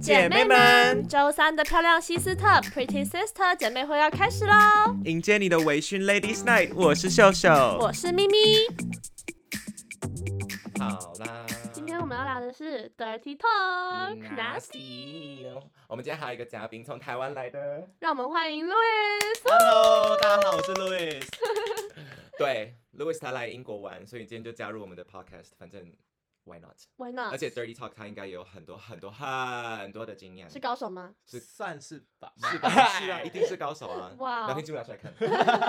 姐妹们，周三的漂亮西斯特 Pretty Sister 姐妹会要开始喽！迎接你的微醺 Ladies Night，我是秀秀，我是咪咪。好啦，今天我们要聊的是 Dirty Talk Nasty。 Nasty 我们今天还有一个嘉宾从台湾来的让我们欢迎 Louis。 ，Hello，大家好，我是 Louis。对，Louis 他来英国玩，所以今天就加入我们的 podcast，反正 Why not？ Why not？而且 Dirty Talk 他应该也有很多很多很多的经验，是高手吗？算是 吧，是吧？是啊，一定是高手啊！ 哇聊天记录拿出来看，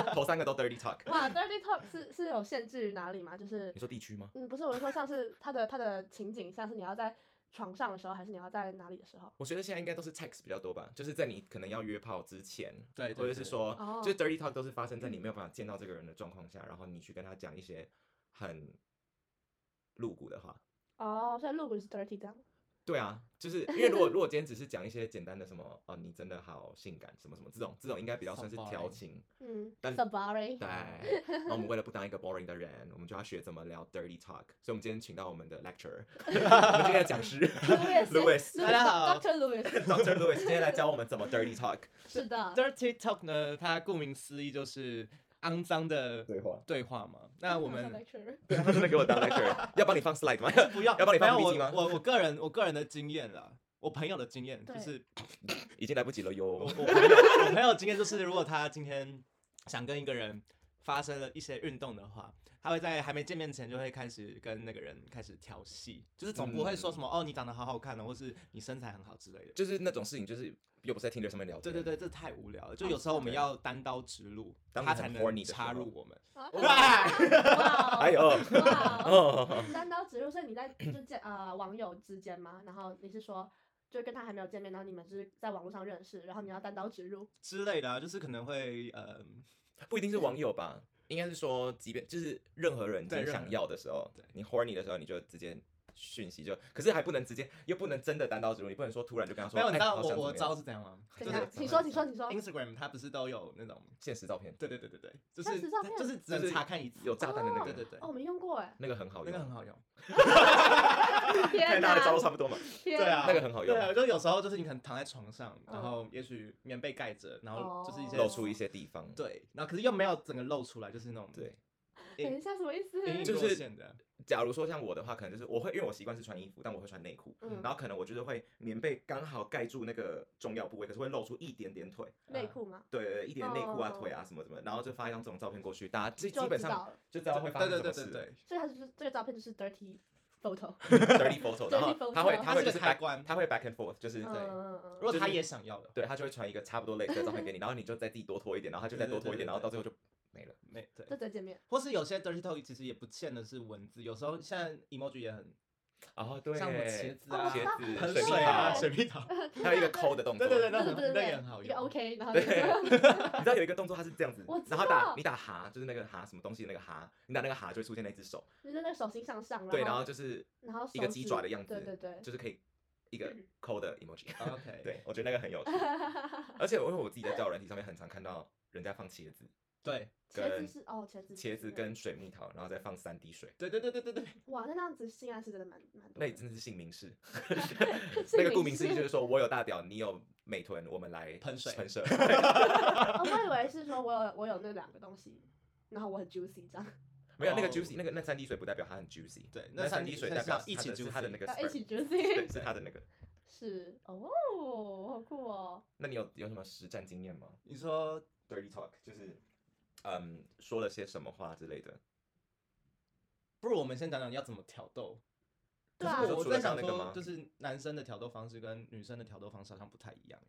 头三个都 Dirty Talk。哇，Dirty Talk 是是有限制于哪里吗？就是你说地区吗？嗯，不是，我是说像是它的它的情景，像是你要在床上的时候，还是你要在哪里的时候？我觉得现在应该都是 text 比较多吧，就是在你可能要约炮之前，对对或者是对说，哦就是 dirty talk 都是发生在你没有办法见到这个人的状况下，然后你去跟他讲一些很露骨的话。哦，所以露骨是 Dirty 这样。对啊，就是因为如果如果今天只是讲一些简单的什么，哦，你真的好性感什么什么这种，这种应该比较算是调 Somebody 情。嗯但，So boring。对，然后我们为了不当一个 boring 的人，我们就要学怎么聊 dirty talk。所以我们今天请到我们的 lecturer，我 们今天的讲师 Louis，Dr. 大家好 Doctor Louis。 Louis 今天来教我们怎么 dirty talk 是 的。 Dirty Talk 呢，它顾名思义就是肮脏的对话。对话嘛。那我好像们 lecturer 对他真的给我当 lecturer，要帮你放 slide 吗？ 不要，要帮你没有放 PPT 我吗我我个人我个人的经验啦，我朋友的经验就对 是已经来不及了我哟我。朋友我朋友的经验就是，如果他今天想跟一个人发生了一些运动的话，他会在还没见面前就会开始跟那个人开始调戏，就是总不会说什嗯么、哦你长得好好看哦，或是你身材很好之类的。就是那种事情，就是又不是在 Tinder 上面聊对天。对对，这太无聊了。就有时候我们要单刀直入，哦当他你才很 horny 能的时插候入我们。 啊哇！哇！哎呦，哇！哦，单刀直入，所以你在就见呃网友之间吗？然后你是说，就跟他还没有见面，然后你们是在网络上认识，然后你要单刀直入，之类的、啊，就是可能会呃，不一定是网友吧，应该是说，即便就是任何人，对你任何想人要的时候对，你 horny 的时候，你就直接讯息就，可是还不能直接，又不能真的单刀直入，你不能说突然就跟他说，没有，你哎知道好我想我怎么样招是 怎样吗？怎就是样？请说，请说，请说。 Instagram 它不是都有那种，现实照片，对对对对对，就但是是照它片就是只就能是查看一次，有炸弹的那个，对对对哦，，我没用过 哎，那个很好那个很用，好用，天啊跟大家的招哪！差不多嘛。天对啊，那个很好用对啊，就有时候就是你可能躺在床上，嗯然后也许棉被盖着，然后就是一些露出一些地方，对，然后可是又没有整个露出来，就是那种对，等一下，什么意思？隐隐就若是现的，假如说像我的话，可能就是我会，因为我习惯是穿衣服，但我会穿内裤，嗯然后可能我就是会棉被刚好盖住那个重要部位，可是会露出一点点腿，内裤吗？对对，对一点点内裤啊、哦腿啊什么什么，然后就发一张这种照片过去，大家基嗯就基本知道上了。就知道会发对生对什对么对事。对，所以他就是这个照片就是 dirty photo。 dirty photo，然后 photo 他会它他是会就个是开 back- 关他会 back and forth，就是嗯对。嗯嗯如果就是他也想要了，对他就会传一个差不多类似的照片给你，然后你就再自己多拖一点，然后他就再对多对拖一对点，对然后到最后就没了。没对嗯，就。再见面。或是有些 dirty talk 其实也不欠的是文字，有时候现在 emoji 也很哦，对，像什么茄子啊茄子、很水蜜水啊，桃，水 蜜桃，还有一个抠的动作。对对对对，那对很对对那对，也很好一个用。 OK，然后 对，就你知道有一个动作，它是这样子我知，然后打道你打哈，就是那个哈什么东西的那个哈，你打那个哈就会出现那只手，就是那个手心向上，对，然后后就是然后一个手鸡指爪的样子，对对对， 嗯哦就是可以一个抠的 emoji。 OK，对，我觉得那个很有趣，而且我因为我自己在交友软体上面很常看到人家放茄子，对茄子跟是哦，茄子茄子跟水蜜桃，然后再放三滴水，对对对对对对，哇，那那样子性暗示真的蛮蛮多的。那也 真的是姓名式。姓那个名顾名思义是就是说我有大屌，你有美臀，我们来喷水喷射。 哦，我以为是说我有我有那两个东西，然后我很 juicy 这样，没有那个哦 juicy，那个那三滴水不代表它很 juicy，对那那三三滴滴水水代是表要一它起的是它的那个要一 sperm，起 对， juicy 是它的那个。是哦，好酷哦，那你有有什么实战经验吗你说？Dirty talk 就是嗯说了些什么话之类的。不如我们先讲讲要怎么挑逗。对可啊是我除了我在刚想刚那个说吗，就是男生的挑逗方式跟女生的挑逗方式好像不太一样。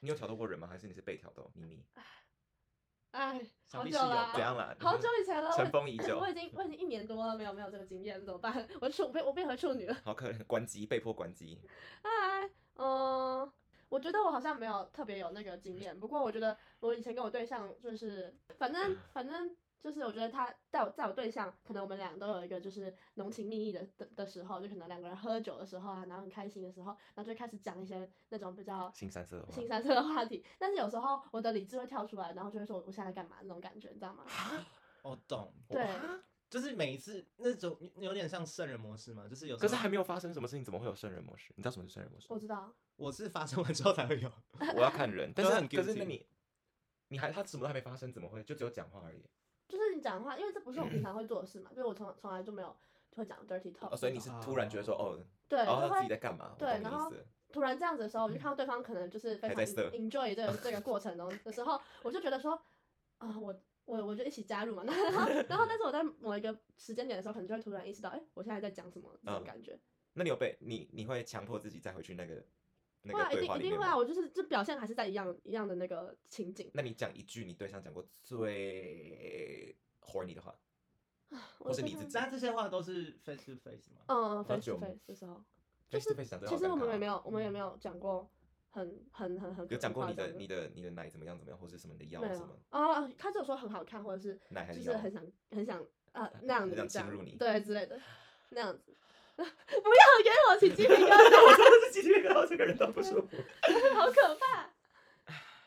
你有挑逗过人吗？还是你是被挑逗？咪咪哎，想好必久是有啦吧怎，样啦？好久以前了，我 尘封已久我已经我已经一年多了没有没有这个经验，怎么办？ 我处我变我变回处女了，好可怜，关机，被迫关机。哎，嗯。我觉得我好像没有特别有那个经验，不过我觉得我以前跟我对象就是，反正反正就是我觉得他在我在我对象，可能我们俩都有一个就是浓情蜜意的的的时候，就可能两个人喝酒的时候啊，然后很开心的时候，然后就开始讲一些那种比较新三色的话新三色的话题，但是有时候我的理智会跳出来，然后就会说我现在在干嘛那种感觉，你知道吗？我懂，对哇就是每一次那种有点像圣人模式嘛，就是有时可候。是还没有发生什么事情，怎么会有圣人模式？你知道什么是圣人模式吗？我知道，我是发生完之后才会有， 我要看人，但都是很可是 guilty 那你，你还他什么都还没发生，怎么会就只有讲话而已？哦就是你讲话，因为这不是我平常会做的事嘛，就是我从从来就没有会讲 dirty talk，、哦，所以你是突然觉得说，哦，对，哦，就他自己在会干嘛？我对懂你然后意思。突然这样子的时候，我就看到对方可能就是非嗯还常在色 enjoy 这个 这个过程中的时候，我就觉得说，啊、我我我就一起加入嘛， 然后然后但是我在某一个时间点的时候，可能就会突然意识到，哎、我现在在讲什么这种嗯感觉，那你有被你你会强迫自己再回去那个那会啊，个一对定话一里定面会啊，吗？我就是这表现还是在一样一样的那个情景，那你讲一句你对象讲过最 horny 的话，我或是对你象自己但这些话都是 face to face 嘛。嗯喝，face 酒 to 吗 face 的时候，就 face 是 to face 讲真的其实好我尴们也尬哦没有，我们也没有讲过很很很很有讲过你的很你的你的奶怎么样怎么样，或是什么你的腰没什有么哦，他只有说很好看，或者是奶还就是是腰？很想很想啊那样很子想这样侵入你对之类的那样子， 不要给我起鸡皮疙瘩，我是今天看到这个人都不舒 服。好可怕。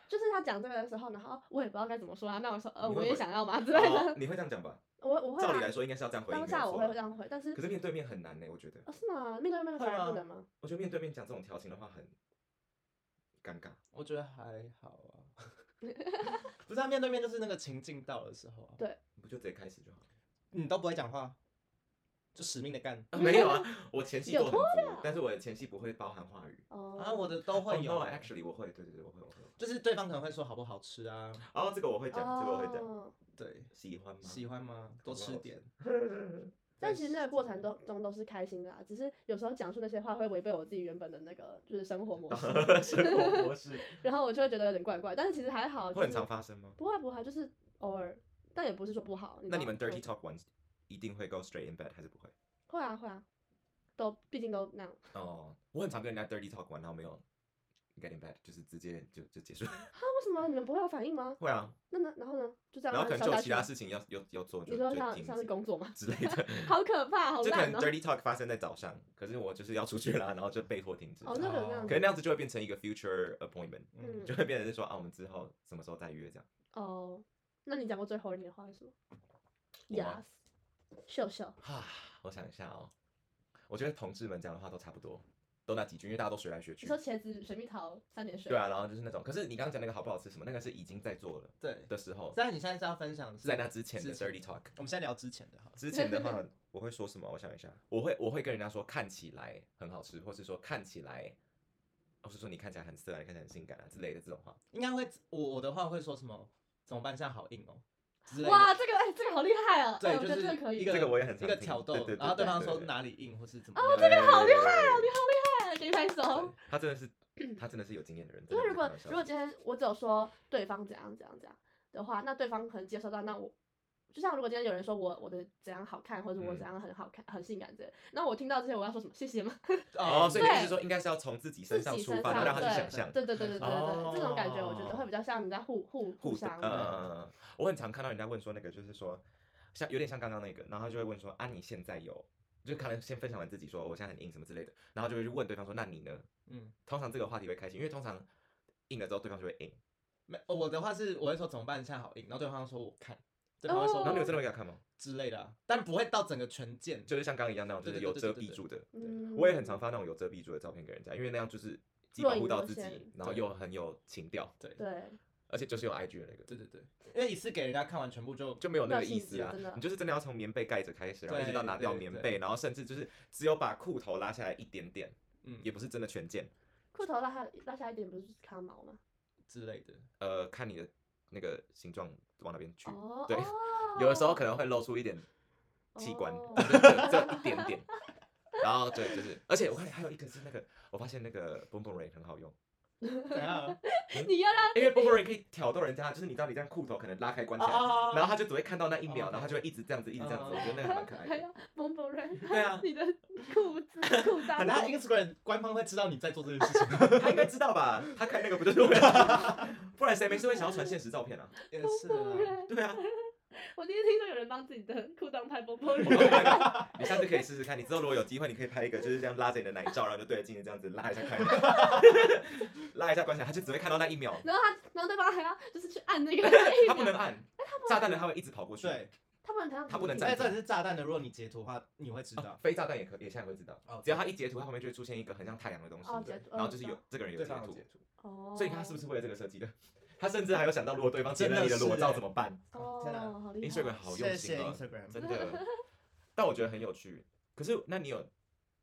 就是他讲这个的时候，然后我也不知道该怎么说啊。那我说，呃，你会我不也会想要嘛之类哦的。你会这样讲吧？我啊我会照理来啊，说应该是要这样回当应。没有下我错会啊这样回，但是可是啊面对面很难呢，我觉得。哦是吗？面对面会反而不吗能吗？我觉得面对面讲这种调情的话很尴尬。我觉得还好啊， 不是啊，面对面就是那个情境到的时候啊，对你不就直接开始就好 了？你都不会讲话，就死命的干。没有啊，我前戏有做很脱足，但是我的前戏不会包含话语。哦，啊，我的都哦会有，no，欸， actually 我会，对对对，我会我会。我会就是对方可能会说好不好吃啊，哦，这个我会讲，这个我会讲。哦对，喜欢吗？喜欢吗？ 多吃 点。但对其实那个过程中中都是开心的啦，只是有时候讲述那些话会违背我自己原本的那个就是生活模式，生活模式然后我就会觉得有点怪怪。但是其实还好，就会很是常发生吗？不会不会，就是偶尔，但也不是说不好。那知你道们 dirty 嗯 talk 完一定会 go straight in bed 还是不会？会啊会啊，都毕竟都那样。 哦，我很常跟人家 dirty talk 完，然后没有 get in bed，就是直接就就结束。那为什么你们不会有反应吗？ 会啊，那呢，然后呢，就这样啊然后让它可消能就下有其去他吗。事情要要要做啊就你说就像停像是止工作吗？ 之类 的。好可怕，好就可烂能哦！ dirty talk 发生在早上，可是我就是要出去啦，然后就被迫停止。哦，那个这样可子能那样子就会变成一个 future appointment，嗯就会变成是说啊，我们之后什么时候再约这样。 哦，那你讲过最 horny 的话是什么我吗？Yes，秀秀，哈，我想一下哦，我觉得同志们讲的话都差不多，都那几句，因为大家都学来学你去说。茄子水蜜桃三点水，对啊，然后就是那种，可是你刚刚讲那个好不好吃什么，那个是已经在做了对，的时候，但你现在是要分享的是在那之前的之前 dirty talk。哦我们现在聊之前的哈，之前的 话，我会说什么？我想一下，我会我会跟人家说看起来很好吃，或是说看起来，或是说你看起来很色啊，你看起来很性感啊之类的这种哦话。应该会我我的话会说什么？怎么办？现在好硬哦，之类的哇，这个哎，这个好厉害哦！哎对，我觉就得是这个可以，一个这个我也很常一个听挑对逗对，对然后对对方对说对哪里硬或是怎么样。这个好厉害哦，你好厉害，给你拍手。他真的是，他真的是有经验的人。因为如真的不是果开玩笑如果今天我只有说对方怎样怎样怎样的话，那对方可能接受到，那我就像如果今天有人说我我的怎样好看，或者我嗯怎样很好看、很性感之类的，那我听到这些我要说什么？谢谢吗？ 哦，所以你对意思说应该是要从自己自身上己出身发，然后上让他去对想象，对对对对对对对，这种感觉我觉得哦会比较像你在互互互相嗯嗯嗯嗯，我很常看到人家问说那个，就是说像有点像刚刚那个，然后他就会问说啊，你现在有，就可能先分享完自己说我现在很硬什么之类的，然后就会去问对方说那你呢？嗯，通常这个话题会开心，因为通常硬了之后对方就会硬，没我的话是我会说怎么办？现在好硬，然后对方说我看，对方会说哦然后你有真的会给他看吗？之类的啊，但不会到整个全见。就是像刚刚一样那种，就是对对有对遮对对蔽对住的。嗯我也很常发那种有遮蔽住的照片给人家，因为那样就是既若保隐护到若自己现，然后对又很有情调，对对，而且就是有 IG 的那个，对对对，因为一次给人家看完全部就就没有那没有个意信思息啊真的。你就是真的要从棉被盖着开始，然后一直对到拿掉对棉对被，然后甚至就是只有把裤头拉下来一点点，嗯也不是真的全见。裤头拉下拉下一点不是就是卡毛吗？之类的。呃，看你的那个形状往哪边去，哦，对哦，有的时候可能会露出一点器官哦，就只有一点 点。然后对，就是，而且我看还有一个是那个，我发现那个 b o m b o r a y 很 好用。等一下啊，你要让因为 b o b o r i 可以挑逗人家，就是你知道你这样裤头可能拉开关起来，哦哦哦哦然后他就只会看到那一秒，哦然后他就会一直这样子，一直这样子，哦我觉得那个蛮可爱还的。要 蹦蹦瑞，对啊你的裤子裤裆，很大 Instagram 官方会知道你在做这件事 情。他应该知道吧？他看那个不就是为了， 不然谁没事会想要传现实照片啊？也蹦蹦啊，瑞。对啊， 我第一次听说有人帮自己的裤裆拍波波你下次可以试试看，你之后如果有机会，你可以拍一个就是这样拉着你的奶罩，然后就对着镜子这样子拉一下看， 拉一下关起来，他就只会看到那一秒，然后他，然后对方还要就是去按那个他不能按，炸弹人他会一直跑过去，哦对，他不能谈到他不能图暂而且景停这里是炸弹的，如果你截图的话，你会知道哦。非炸弹也可以，也现在会知道哦，只要他一截图，他旁边就会出现一个很像太阳的东西哦截，图然后嗯就是知有道这个人有对截方有图截，图，哦，所以他是不是为了这个设计的？他甚至还有想到，如果对方截真了的你的裸是照欸怎么办哦，天哪好厉害？Instagram 好用谢心谢哦， Instagram，真的。但我觉得很有趣。可是，那你有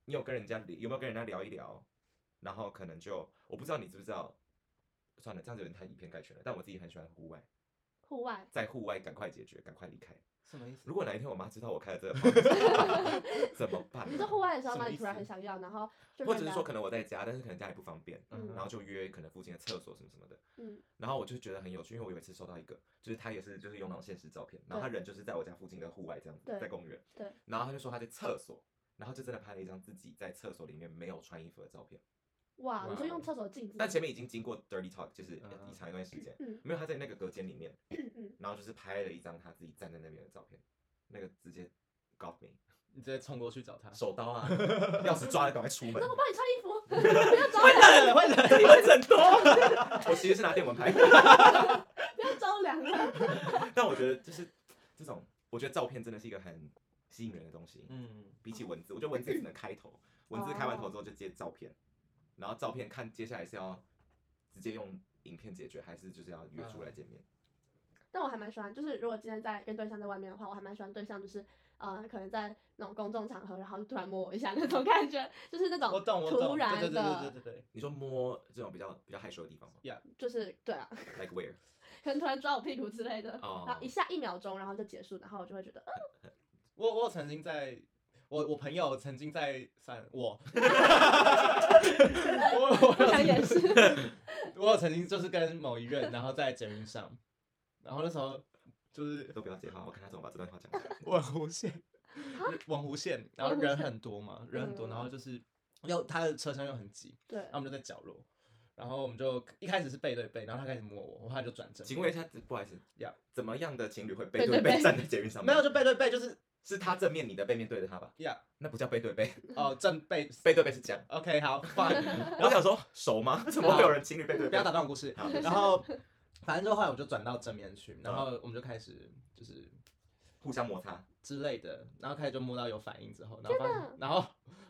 你有跟人家聊有没有跟人家聊一聊？然后可能就我不知道你知不知道，算了，这样子有点太以偏概全了。但我自己很喜欢户外，户外，在户外赶快解决，赶快离开。什么意思？如果哪一天我妈知道我开了这个房间 怎么办？你说户外的时候什吗？么你意突然思很想要，然后就啊或跟者是人说家可能我在家，但是可能家里不方便，嗯然后就约可能附近的厕所什么什么的。嗯然后我就觉得很有趣，因为我有一次收到一个，就是他也是就是用那种现实照片，然后他人就是在我家附近的户外这样子对，在公园，对，然后他就说他在厕所，然后就真的拍了一张自己在厕所里面没有穿衣服的照片，哇，你说哇用厕所镜子吗，但前面已经经过 dirty talk，就是嗯一长一段时间，嗯没有他在那个隔间里面，嗯嗯，然后就是拍了一张他自己站在那边的照片，那个直接 got me，你直接冲过去找他，手刀啊，钥匙抓了赶快出门 那，我帮你穿衣服，不要着凉，冷会冷，你会很多。我其实是拿电蚊 拍，不要着凉了。但我觉得就是这种，我觉得照片真的是一个很吸引人的东西，嗯，比起文字，我觉得文字也只能开头，文字开完头之后就接照片，然后照片看接下来是要直接用影片解决，还是就是要约出来见面？但我还蛮喜欢，就是如果今天在跟对象在外面的话，我还蛮喜欢对象，就是呃，可能在那种公众场合，然后就突然摸我一下那种感觉，就是那我种懂，我懂。突然对对对对的，对对你说摸这种比较比较害羞的地方吗就是对啊， ？Like where？可能突然抓我屁股之类的，啊哦然后一下一秒钟，然后就结束，然后我就会觉 得，呃我我曾经在，我我朋友曾经在算 我，我我我想有也是，我有曾经就是跟某一任，然后在捷运上，然后那时候就是 都不要接话，我看他怎么把这段话讲完。 文湖线，文湖线，然后文湖人啊线很多嘛，人很多，嗯然后就是又他的车厢又很挤， 对然后我们就在角落。然后我们就一开始是背对背，然后他开始摸我，我后来就转正。请问一下，不好意思 Yeah，怎么样的情侣会背背对对背背站在捷运上没面？有就背对背，就是是他正面，你的背面对着他吧？呀那不叫背对背，嗯哦正背背对背是这样。 OK，好，fine， 我想说熟吗？怎么会有人情侣背对背？嗯不要打断我故事好。然后，反正就后来我就转到正面去，然后我们就开始就是互相摩擦。之类的，然后开始就摸到有反应之后，然后发现，然后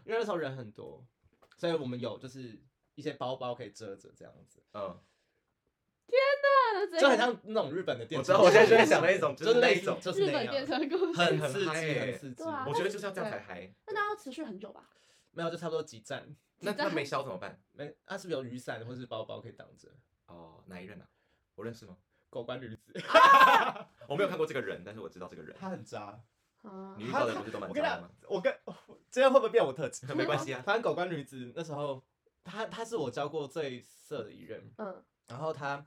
因为那时候人很多，所以我们有就是一些包包可以遮着这样子，嗯，就很像那种日本的电我车。知道我现在就在想那一种就是是那一一种就是日那本电样，啊车 故事，很很刺激，嗨欸很刺激对。啊我觉得就是要这样才对嗨。那那要持续很久吧？没有，就差不多几站，那在那没消怎么办？没，它是不是有雨伞或是包包可以挡着？哦，哪一任啊？我认识吗？狗官女子，我没有看过这个人，但是我知道这个人。他很渣。啊你，遇到的人不是都蛮我跟渣他的吗？，我跟我这样会不会变我特质？没关系啊，反正狗官女子那时候，她她是我教过最色的一任，嗯，然后她，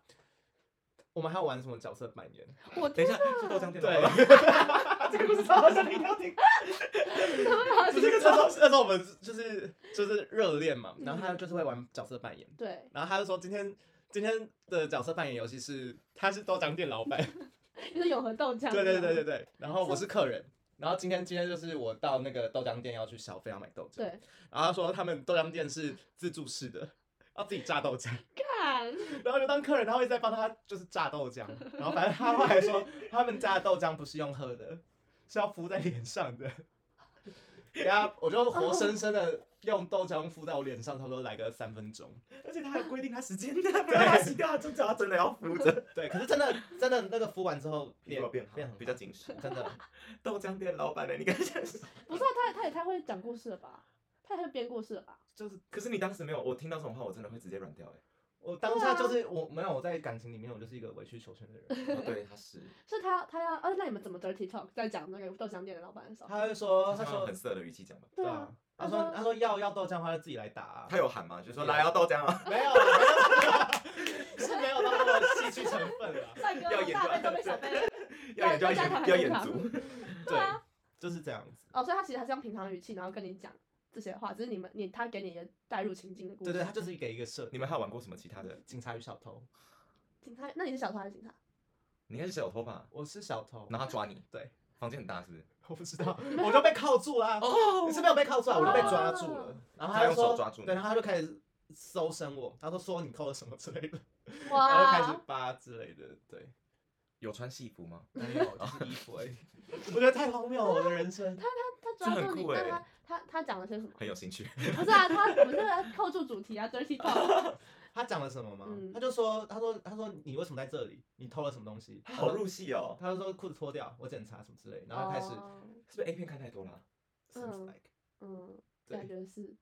我们还要玩什么角色扮演？ 我等天一下，是豆浆店对老 板，这个故事超好笑，你一定要听。哪，就是那时候那时候我们就是就是热恋嘛，然后她就是会玩角色扮演，对，然后她就说今天今天的角色扮演游戏是她是豆浆店老板，你是永和豆浆，对对对对，对，然后我是客人。然后今天今天就是我到那个豆浆店要去消费，要买豆浆。对，然后他说他们豆浆店是自助式的，要自己榨豆浆。看，然后就当客人，然后一直在帮他就是榨豆浆，然后反正他后来说 他们榨的豆浆不是用喝的，是要敷在脸上的。然后我就活生生的用豆浆敷在我脸上，差不多来个三分钟。而且他还规定他时间，不要他洗掉，就叫他真的要敷着，对，可是真的真的那个敷完之后皮脸肤变好 变，很比较紧实。真的。豆浆店老板呢？你刚才讲什么， 不是啊他也他也太会讲故事了吧？他也会编故事了吧？就是可是你当时没有，我听到这种话，我真的会直接软掉哎。我当下就是我没有我在感情里面我就是一个委曲求全的人。 哦，对，他 是，是他要他要，啊，那你们怎么 dirty talk 在讲那个豆浆店的老板的时候？他就说他哦他用说很色的语气讲吧。对啊啊，，他说他说要要豆浆的话就自己来打、啊。他有喊吗？就说来要豆浆 啊，没有啦，是没有 到那么戏剧成分啊啦。帅哥要演大就杯中杯小杯，要演就要演，要演足。对，就是这样子。哦，所以他其实还是用平常语气，然后跟你讲这些话，只是你们你他给你的带入情境的故对事。对，他就是给一个设你们还有玩过什么其他的？警察与小偷，警察，那你是小偷还是警 察？你应该是小偷吧？我是小偷，然后他抓你，对，房间很大是不是？我不知 道，我就被铐住啦。哦你是没有被铐住啊，我就被抓哦住了。然后他就用手说抓住你对，然后他就开始搜啊身我，他说说你扣了什么之类的，然后就开哇 始，扒之类的，对。有穿戏服吗？没有，就是衣服 而已。我觉得太荒谬了，我的人生。他抓这很住你，酷那欸他他他讲了些什么？很有兴趣，不是啊，他我们这个扣住主题啊，dirty talk，他讲了什么吗？嗯他就说，他说，他说你为什么在这里？你偷了什么东西？呃好入戏哦。他就说裤子脱掉，我检查什么之类，然后开始哦 是不是 A 片看太多了啊、嗯 Seems like 嗯，对感觉是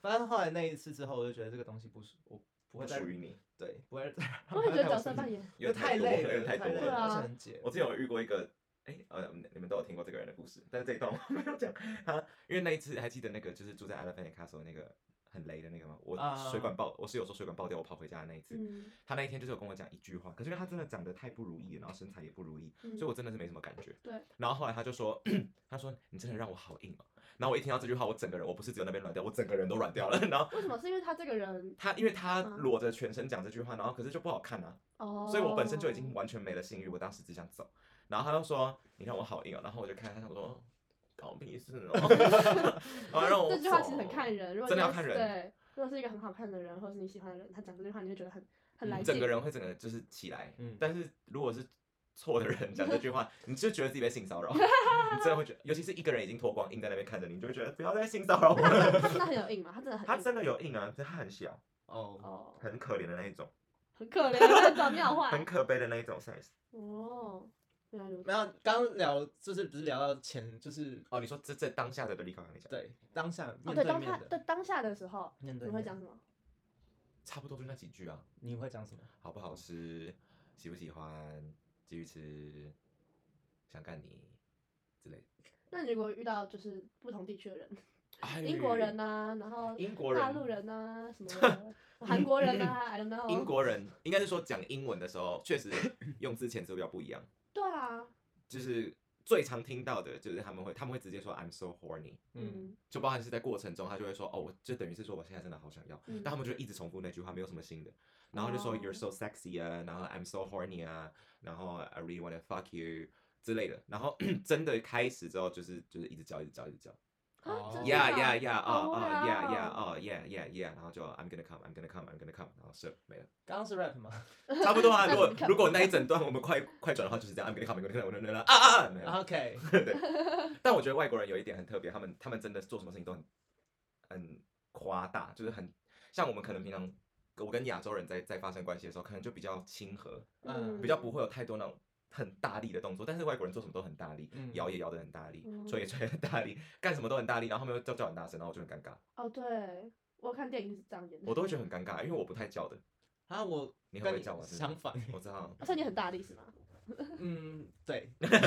反正后来那一次之后，我就觉得这个东西不是我不会不再属于你。对，不会再。我也觉得角色扮扮演，演，因为太多累了，有点了，太多累对了，啊了。而且很解。我之前有遇过一个，哎、呃，你们都有听过这个人的故事，但是这一段我 没有讲他，因为那一次还记得那个就是住在 Elephant and Castle 那个很雷的那个吗？我啊水管爆，我室友说水管爆掉，我跑回家的那一次， 嗯，他那一天就是有跟我讲一句话，可是因为他真的长得太不如意，然后身材也不如意，嗯所以我真的是没什么感觉。对，然后后来他就说， 他说你真的让我好硬哦。然后我一听到这句话，我整个人我不是只有那边软掉，我整个人都软掉了。 然后为什么？是因为他这个人他因为他嗯裸着全身讲这句话，然后可是就不好看啊，哦，所以我本身就已经完全没了性欲，我当时只想走。然后他就说你让我好硬哦，然后我就看他，他说搞屁事哦， 然后哦让我这句话其实走很看人，如果真的你要看人对，如果是一个很好看的人，或是你喜欢的人，他讲这句话，你会觉得很很嗯来劲整个，人会整个就是起来。嗯但是如果是错的 人讲这句话，你就觉得自己被性骚扰，你真的会觉得，尤其是一个人已经脱光硬在那边看着你，你就会觉得不要再性骚扰 我他 了。他真的很有硬嘛，他真的很他硬真的有硬啊，可是他很小，哦，哦，很可怜的那一种，很可怜，啊那种 你好很坏可悲的那一种 size。哦，原来如此，没有，刚聊就是不是聊到前，就是哦，你说这这当下的立刻跟你讲，对当下哦面对，对当面他的，对当下的时候，面你对会面讲什么？差不多就那几句啊，你会讲什嗯么？好不好吃，喜不喜欢，继续吃，想干你之类的。那你如果遇到就是不同地区的人，哎英国人呐、然后英国大人嗯陆人呐、什么 的韩国人呐、i 啊 don't know。英国人应该是说讲英文的时候，确实用字遣词比较不一样。对啊，就是最常听到的就是他们会他们会直接说 I'm so horny，嗯，嗯就包含是在过程中他就会说哦，我就等于是说我现在真的好想要，嗯但他们就一直重复那句话，没有什么新的，然后就说哦 You're so sexy 啊，然后 I'm so horny 啊，然后 I really wanna fuck you 之类的，然后 真的开始之后就是就是一直叫一直叫一直叫啊，真的，Yeah 啊哦 yeah yeah 啊好无啊 yeah 聊 yeah 啊 yeah yeah yeah，然后就 I'm gonna come I'm gonna come I'm gonna come，然后射没 了。刚刚是 rap 吗？差不多啊。如果 Come, 如果那一整段我们快快转的话，就是这样。啊，没看，没看，我能能 啊啊啊！没了。 OK，对。但我觉得外国人有一点很特别，他们他们真的做什么事情都很很夸大，就是很像我们可能平常我跟亚洲人在在发生关系的时候，可能就比较亲和，嗯比较不会有太多那种。很大力的动作，但是外国人做什么都很大力，嗯摇也摇得很大力，嗯吹也吹得很大力，干什么都很大力，然后他们又叫叫很大声，然后我就很尴尬，哦，对，我看电影是这样演的，我都会觉得很尴尬，因为我不太叫的，啊，我你很跟会你叫我是不是相反， 我知道，哦所以 你很大力是吗？嗯，对而且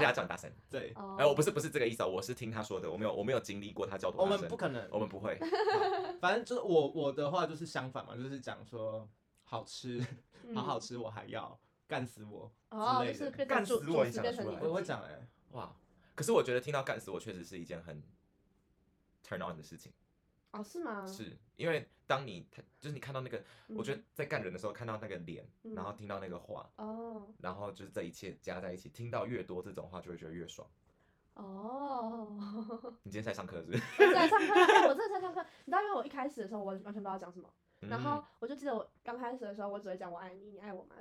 他叫很大声，对，哦，哎、我不是不是这个意思啊，我是听他说的，我没有我没有经历过他叫多我大们声，不可能，我们 不会，反正就是我我的话就是相反嘛，就是讲说好吃，嗯好好吃，我还要干死我哦，之就类是的，变干成主死主我也食想变得成你出来我会自己讲哎，哇！可是我觉得听到干死我确实是一件很 turn on 的事情，哦，是吗？是因为当你他就是你看到那个，嗯，我觉得在干人的时候看到那个脸，嗯然后听到那个话，哦然后就是这一切加在一起，听到越多这种话就会觉得越爽。哦，你今天在上课是不是？我真的上课，哎我真的在上课，你知道，因为我一开始的时候，我完完全不知道讲什么。然后嗯我就记得我刚开始的时候，我只会讲我爱你，你爱 我吗？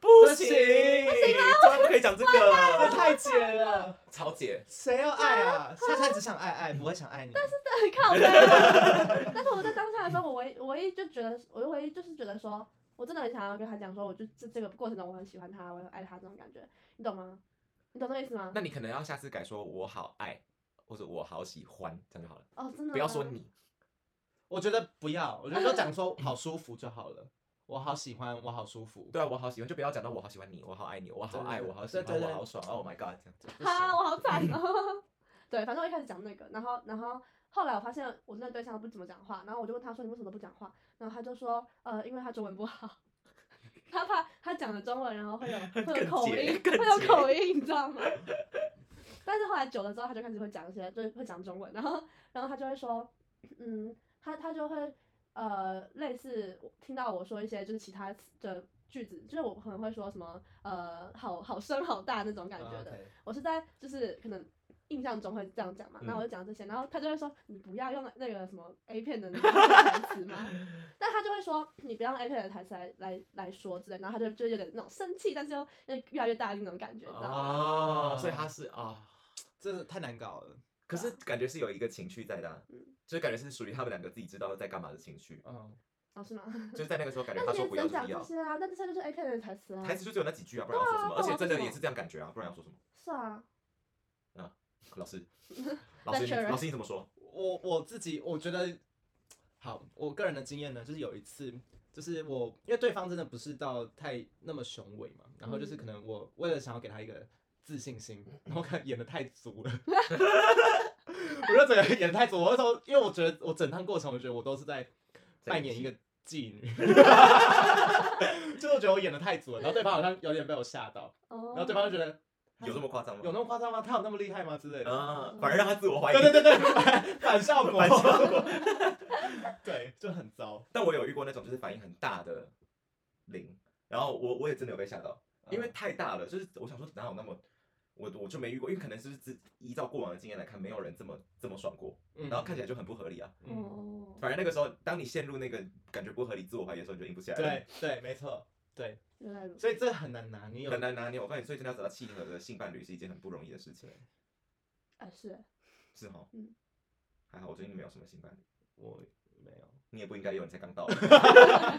不不行，行啊千万不可以讲这这个，太解了，超姐，谁要爱啊？珊珊只想爱爱，不会想爱你。但是很靠背啊。 但是我在当下的时候，我唯一唯一就觉得，我唯一就是觉得说，我真的很想要跟他讲说，我就这这个过程中我很喜欢他，我很爱他这种感觉，你懂吗？你懂那个意思吗那？你可能要下次改说我好爱，或者我好喜欢，这样就好了，哦，真的吗。不要说啊你。我觉得不要，我觉得就讲说好舒服就好了，我好喜欢，我好舒服。对啊，我好喜欢，就不要讲到我好喜欢你，我好爱你，我好爱，对对对我好喜欢，对对对我好爽，Oh my god，这样子。哈，我好惨嗯哦。 对，反正我一开始讲那个，然后然后后来我发现我那个对象不怎么讲话，然后我就问他说你为什么都不讲话？然后他就说呃，因为他中文不好， 他怕他讲的中文然后会有会有更口解音，更会有解口音，你知道吗？ 但是后来久了之后，他就开始会讲一些，就是会讲中文，然后然后他就会说，嗯，他他就会呃类似我听到我说一些就是其他词的句子，就是我可能会说什么呃好好深好大那种感啊觉的。 OK 我是在就是可能印象中会这样讲嘛，嗯 那我就讲这些，然后他就会说你不要用那个什么 A 片的那个台词嘛，但他就会说你不要用 A 片的台词来来来说之类，然后他就就有点那种生气，但是又又越来越大的那种感觉，你知道吗？哦，所以他是啊，真的太难搞了。可是感觉是有一个情绪在的啊嗯，就是感觉是属于他们两个自己知道在干嘛的情绪，嗯，哦，是吗？ 就是在那个时候感觉那他你说也只能不要就是讲要这，些啊，但是现在就是 A 片的台词啊，台词就只有那几句啊，不然要说什么？对啊而且不然要说真的什么也是这样感觉啊，不然要说什么？是啊，老师， 老师，你 Lecturer 老师你怎么说？我我自己我觉得，好，我个人的经验呢，就是有一次，就是我因为对方真的不是到太那么雄伟嘛，然后嗯就是可能我为了想要给他一个自信心，然后可能演的太足 了。我就整个演得太足，我那时候因为我觉得我整趟过程，我觉得我都是在在扮演演一戏个妓 女，就是我觉得我演的太足了，然后对方好像有点被我吓到，哦，然后对方就觉得有这么夸张吗？有那么夸张吗？他有那么厉害吗？之类的。啊，反而让他自我怀疑。对对对对，反反效果，反效果对，就很糟。但我有遇过那种就是反应很大的零，然后我我也真的有被吓到，因嗯为太大了，就是我想说哪有那么。我我就没遇过，因为可能是不是只依照过往的经验来看，没有人这么这么爽过，嗯，然后看起来就很不合理啊。嗯，哦，反而那个时候，当你陷入那个感觉不合理、自我怀疑的时候，你就硬不下来了，对对，没错，对，原来如此。所以这很难拿捏。很难拿捏。我告诉你，所以真的要找到契合的性伴侣是一件很不容易的事情，哎， 是，是哈。嗯还好我最近没有什么性伴侣，我没有，你也不应该有，你才刚到，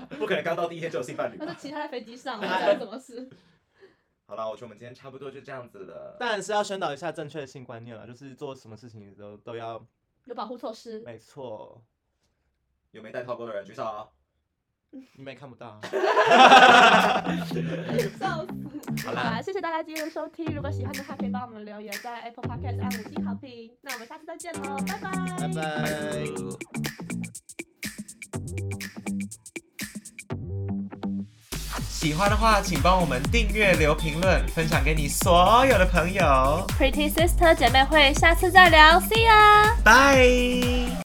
不可能刚到第一天就有性伴侣那吧是？其他在飞机 上，我讲什么事？好了，我觉得我们今天差不多就这样子了。当然是要宣导一下正确的性观念了，就是做什么事情都都要，有保护措施。没错，有没戴套过的人举手哦。你们也看不到啊。 笑死！好啦，谢谢大家今天的收听。如果喜欢的话，可以帮我们留言，在 Apple Podcast 按五星好评。那我们下次再见喽，拜拜，拜拜。喜欢的话，请帮我们订阅、留评论、分享给你所有的朋友。 Pretty Sister 姐妹会，下次再聊，See ya。拜。